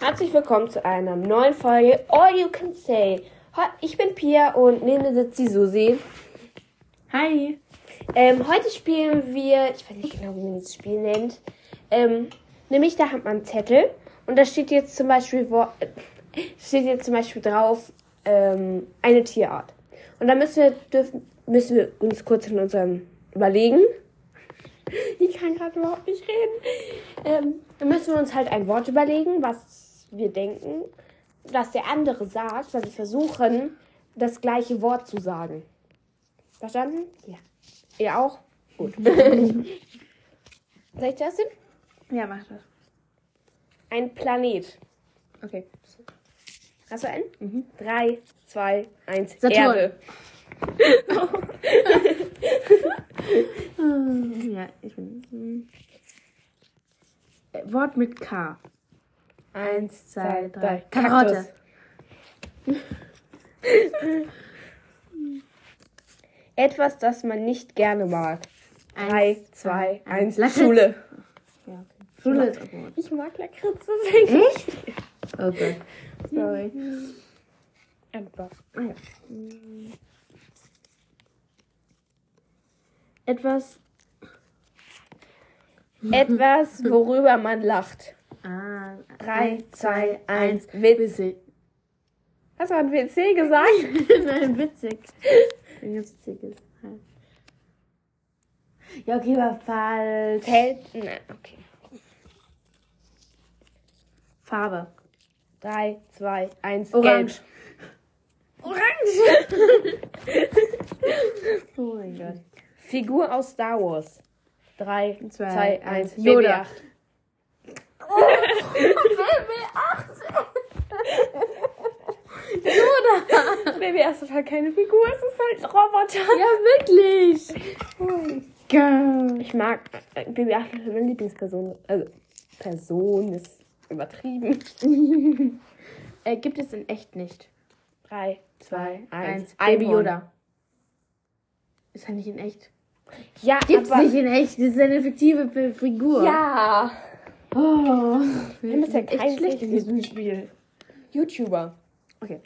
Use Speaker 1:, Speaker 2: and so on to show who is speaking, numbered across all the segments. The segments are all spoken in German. Speaker 1: Herzlich willkommen zu einer neuen Folge All You Can Say. Ho- Ich bin Pia und neben mir sitzt die Susi.
Speaker 2: Hi.
Speaker 1: Ähm, heute spielen wir, ich weiß nicht genau, wie man das Spiel nennt, ähm, nämlich da hat man einen Zettel und da steht jetzt zum Beispiel, wo, äh, steht jetzt zum Beispiel drauf ähm, eine Tierart. Und da müssen wir, dürfen, müssen wir uns kurz in unserem überlegen. Ich kann gerade überhaupt nicht reden. Ähm, dann müssen wir uns halt ein Wort überlegen, was wir denken, was der andere sagt, weil wir versuchen, das gleiche Wort zu sagen. Verstanden? Ja. Ihr auch? Gut. Soll ich das denn?
Speaker 2: Ja, mach das.
Speaker 1: Ein Planet.
Speaker 2: Okay.
Speaker 1: Hast du einen? Drei, zwei, eins.
Speaker 2: Saturn.
Speaker 1: Erde.
Speaker 2: Ja, ich bin. hm. Äh, Wort mit K.
Speaker 1: Eins,
Speaker 2: zwei, drei.
Speaker 1: Karotte. Etwas, das man nicht gerne mag. Drei, zwei, eins.
Speaker 2: Lakritz.
Speaker 1: Schule.
Speaker 2: Ja, okay. Schule ist auch gut.
Speaker 1: Ich mag Lakritze. Echt?
Speaker 2: Okay. Sorry.
Speaker 1: Etwas.
Speaker 2: Ah, ja. Hm. Etwas.
Speaker 1: Etwas, worüber man lacht.
Speaker 2: Ah,
Speaker 1: Drei, zwei, eins. Witz.
Speaker 2: Witzig.
Speaker 1: Hast du an WC gesagt?
Speaker 2: Nein, witzig. Ein ganz witziges. Ja, okay, war falsch.
Speaker 1: Feld. Nein, okay.
Speaker 2: Farbe.
Speaker 1: Drei, zwei, eins.
Speaker 2: Orange.
Speaker 1: Gelb. Orange.
Speaker 2: Oh mein Gott.
Speaker 1: Figur aus Star Wars. Drei,
Speaker 2: Zwei,
Speaker 1: zwei, eins.
Speaker 2: eins. Yoda.
Speaker 1: BB-8. Oh, BB-8 ist halt keine Figur, es ist halt ein Roboter.
Speaker 2: Ja, wirklich. Gott.
Speaker 1: Ich mag äh, BB-8 ist meine Lieblingsperson. Also, Person ist übertrieben.
Speaker 2: Äh, gibt es in echt nicht.
Speaker 1: Drei,
Speaker 2: Zwei,
Speaker 1: eins.
Speaker 2: Baby
Speaker 1: Einhorn.
Speaker 2: Yoda. Ist er nicht in echt?
Speaker 1: Ja,
Speaker 2: Gibt's
Speaker 1: aber...
Speaker 2: nicht in echt. Das ist eine fiktive P- Figur.
Speaker 1: Ja.
Speaker 2: Oh.
Speaker 1: Du bist ja kein
Speaker 2: echt schlecht in diesem
Speaker 1: Spiel. YouTuber.
Speaker 2: Okay.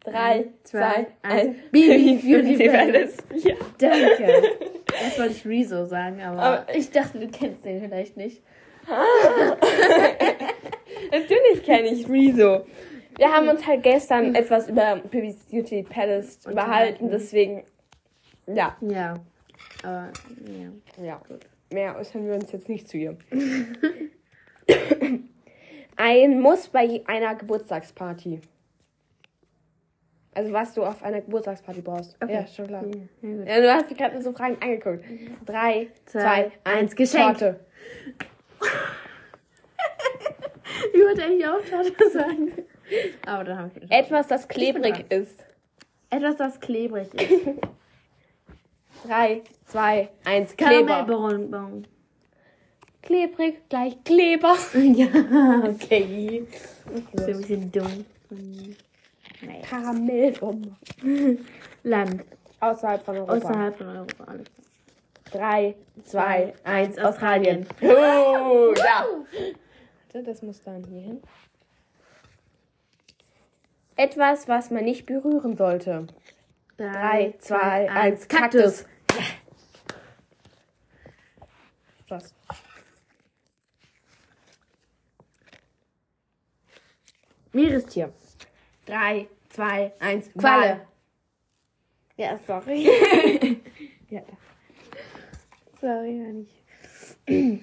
Speaker 1: Drei, zwei, eins.
Speaker 2: Baby Beauty Palace.
Speaker 1: Ja.
Speaker 2: Danke. Das wollte ich Rezo sagen, aber,
Speaker 1: Aber-
Speaker 2: ich dachte, du kennst den vielleicht nicht.
Speaker 1: Natürlich kenne ich Rezo. Wir haben uns halt gestern etwas über Baby's Beauty Palace unterhalten,
Speaker 2: Mhm. Unterhalten.
Speaker 1: deswegen. Ja,
Speaker 2: Ja. Aber, ja.
Speaker 1: ja. Mehr äußern wir uns jetzt nicht zu ihr. Ein Muss bei je- einer Geburtstagsparty. Also, was du auf einer Geburtstagsparty brauchst.
Speaker 2: Okay. Mhm.
Speaker 1: Ja, schon klar.
Speaker 2: ja gut.
Speaker 1: Ja, du hast mir gerade so Fragen angeguckt. Drei,
Speaker 2: Zwei,
Speaker 1: zwei, eins,
Speaker 2: eins, Geschenk.
Speaker 1: Torte.
Speaker 2: Ich wollte eigentlich auch Torte sagen. Aber dann habe ich mich.
Speaker 1: Etwas, das klebrig
Speaker 2: Ich
Speaker 1: ist.
Speaker 2: Etwas, das klebrig ist.
Speaker 1: Drei, zwei, eins, Kleber.
Speaker 2: Karamellbonbon.
Speaker 1: Klebrig gleich Kleber.
Speaker 2: ja,
Speaker 1: Okay.
Speaker 2: so ein bisschen dumm. Mhm. Naja.
Speaker 1: Karamellbombe.
Speaker 2: Land.
Speaker 1: Außerhalb von Europa.
Speaker 2: Außerhalb von Europa. Alles.
Speaker 1: Drei, zwei, eins, Australien.
Speaker 2: Australien.
Speaker 1: Oh, ja. Warte, das muss dann hier hin. Etwas, was man nicht berühren sollte. Drei, zwei, eins, Kaktus. Was?
Speaker 2: Meerestier.
Speaker 1: Drei, zwei, eins,
Speaker 2: Qualle.
Speaker 1: Qualle. Ja, sorry.
Speaker 2: Ja. Sorry, gar nicht. Ey,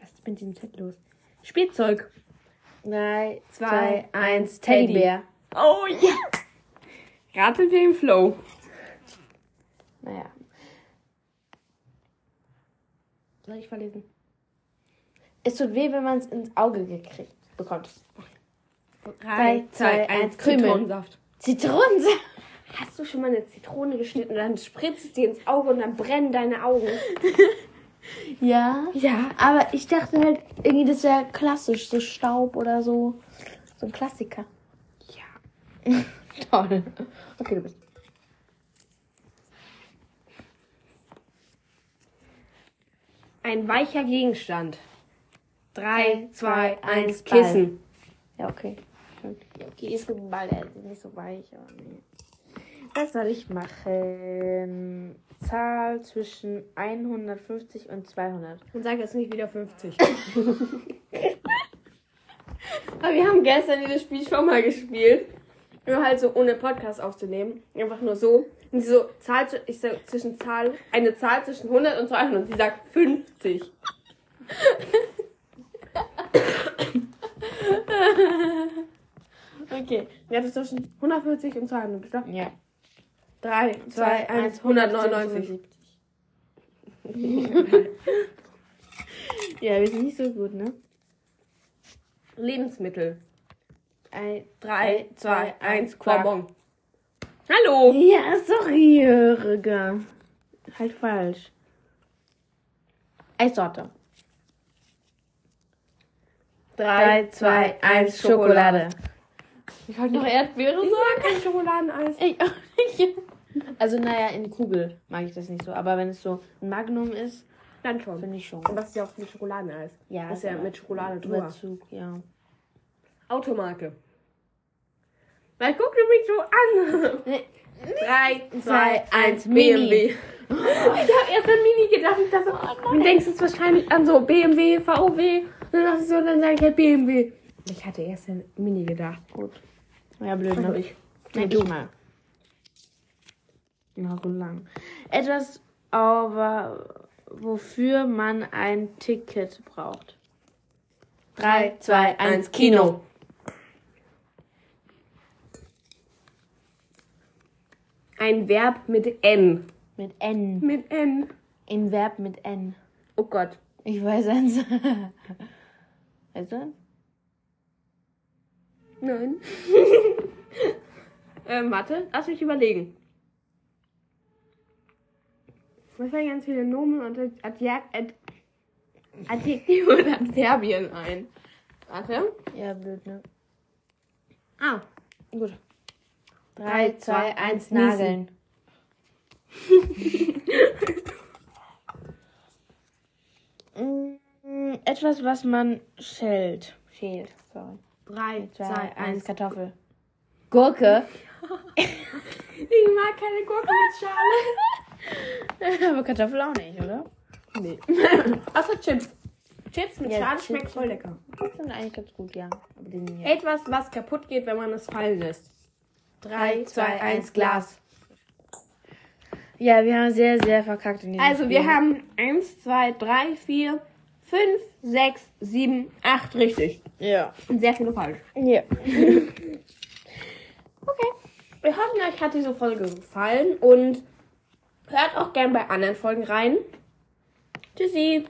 Speaker 2: Was ist mit diesem Chat los?
Speaker 1: Spielzeug.
Speaker 2: Drei,
Speaker 1: Zwei, eins, Teddybär.
Speaker 2: Teddybär.
Speaker 1: Oh ja. Gerade sind wir im Flow.
Speaker 2: Naja.
Speaker 1: Soll ich verlesen?
Speaker 2: Es tut weh, wenn man es ins Auge gekriegt bekommt.
Speaker 1: Drei, zwei, eins,
Speaker 2: Krümel.
Speaker 1: Zitronensaft.
Speaker 2: Zitronensaft.
Speaker 1: Hast du schon mal eine Zitrone geschnitten und dann spritzt es dir ins Auge und dann brennen deine Augen?
Speaker 2: Ja.
Speaker 1: Ja.
Speaker 2: Aber ich dachte halt, irgendwie das wäre klassisch, so Staub oder so. So ein Klassiker.
Speaker 1: Ja.
Speaker 2: Toll. Okay, du bist.
Speaker 1: Ein weicher Gegenstand. Drei,
Speaker 2: Drei,
Speaker 1: zwei,
Speaker 2: zwei,
Speaker 1: eins,
Speaker 2: eins, Ball.
Speaker 1: Kissen. Ja, okay. Schön.
Speaker 2: Ja, okay, ist ein Ball, der ist nicht so weich, aber nee. Was soll ich machen? Zahl zwischen 150 und 200.
Speaker 1: Und sag jetzt nicht wieder 50. Aber wir haben gestern dieses Spiel schon mal gespielt. Nur halt so ohne Podcast aufzunehmen. Einfach nur so. Und sie so, Zahl, zw- ich so, zwischen Zahl, eine Zahl zwischen 100 und 200. Und sie sagt 50. okay, wir hatten zwischen 140 und 200 gestartet.
Speaker 2: Ja.
Speaker 1: 3, 2, 1, 199.
Speaker 2: Ja, wir sind nicht so gut, ne?
Speaker 1: Lebensmittel.
Speaker 2: Ein,
Speaker 1: 3, 2, 1, Bonbon.
Speaker 2: Hallo!
Speaker 1: Ja, sorry, Rüger. Halt falsch.
Speaker 2: Eissorte.
Speaker 1: 3, 2, 1, Schokolade.
Speaker 2: Ich wollte noch Erdbeere sagen.
Speaker 1: kein Schokoladeneis.
Speaker 2: Ich auch nicht. Also, naja, in Kugel mag ich das nicht so. Aber wenn es so ein Magnum ist,
Speaker 1: Dann schon.
Speaker 2: finde ich schon.
Speaker 1: Und das ist ja auch mit Schokoladeneis.
Speaker 2: Ja,
Speaker 1: Das ist ja genau.
Speaker 2: aber-
Speaker 1: mit Schokolade drüber.
Speaker 2: Überzug, ja.
Speaker 1: Automarke. Weil guck du mich so an.
Speaker 2: Nee.
Speaker 1: 3,
Speaker 2: Zwei,
Speaker 1: 2,
Speaker 2: eins,
Speaker 1: 1,
Speaker 2: Mini.
Speaker 1: BMW. Ich habe erst an Mini gedacht. Ich dachte, so, oh du denkst jetzt wahrscheinlich an so BMW, VW. Dann dachte ich so, dann sage ich halt BMW. Ich hatte erst an Mini gedacht.
Speaker 2: Gut. Ja, blöd,
Speaker 1: Also
Speaker 2: ne?
Speaker 1: ich.
Speaker 2: Nein, du mal. Na, so lang. Etwas, aber wofür man ein Ticket braucht.
Speaker 1: 3, 2, 1, Kino. Ein Verb mit N.
Speaker 2: Mit N.
Speaker 1: Mit N.
Speaker 2: Ein Verb mit N.
Speaker 1: Oh Gott.
Speaker 2: Ich weiß eins. weißt du?
Speaker 1: Nein. ähm, warte, lass mich überlegen. Mir fallen ganz viele Nomen und Adjek- Ad- Adjektive und Adverbien ein. Warte.
Speaker 2: Ja, blöd, ne?
Speaker 1: Ah, gut.
Speaker 2: 3,
Speaker 1: Drei,
Speaker 2: 2,
Speaker 1: zwei,
Speaker 2: 1,
Speaker 1: eins,
Speaker 2: Nageln. Mm, Etwas, was man schält. Schält, sorry.
Speaker 1: 3,
Speaker 2: 2, 1,
Speaker 1: Ich
Speaker 2: Kartoffel. Gurke?
Speaker 1: mag keine Gurke mit Schale.
Speaker 2: Aber Kartoffel auch nicht, oder?
Speaker 1: Nee. Außer Chips. Chips mit
Speaker 2: Ja,
Speaker 1: Schale
Speaker 2: Chips.
Speaker 1: schmeckt voll lecker.
Speaker 2: Die sind eigentlich ganz gut, ja. Aber die sind ja.
Speaker 1: Etwas, was kaputt geht, wenn man es fallen lässt.
Speaker 2: Drei,
Speaker 1: Drei, zwei,
Speaker 2: zwei, eins,
Speaker 1: eins,
Speaker 2: Glas. Ja, wir haben sehr, sehr verkackt in diesem
Speaker 1: Also wir
Speaker 2: Spiel.
Speaker 1: haben 1, 2, 3, 4, 5, 6, 7, 8 richtig.
Speaker 2: Ja.
Speaker 1: Und sehr viele falsch.
Speaker 2: Ja.
Speaker 1: Okay. Wir hoffen, euch hat diese Folge gefallen und hört auch gern bei anderen Folgen rein. Tschüssi.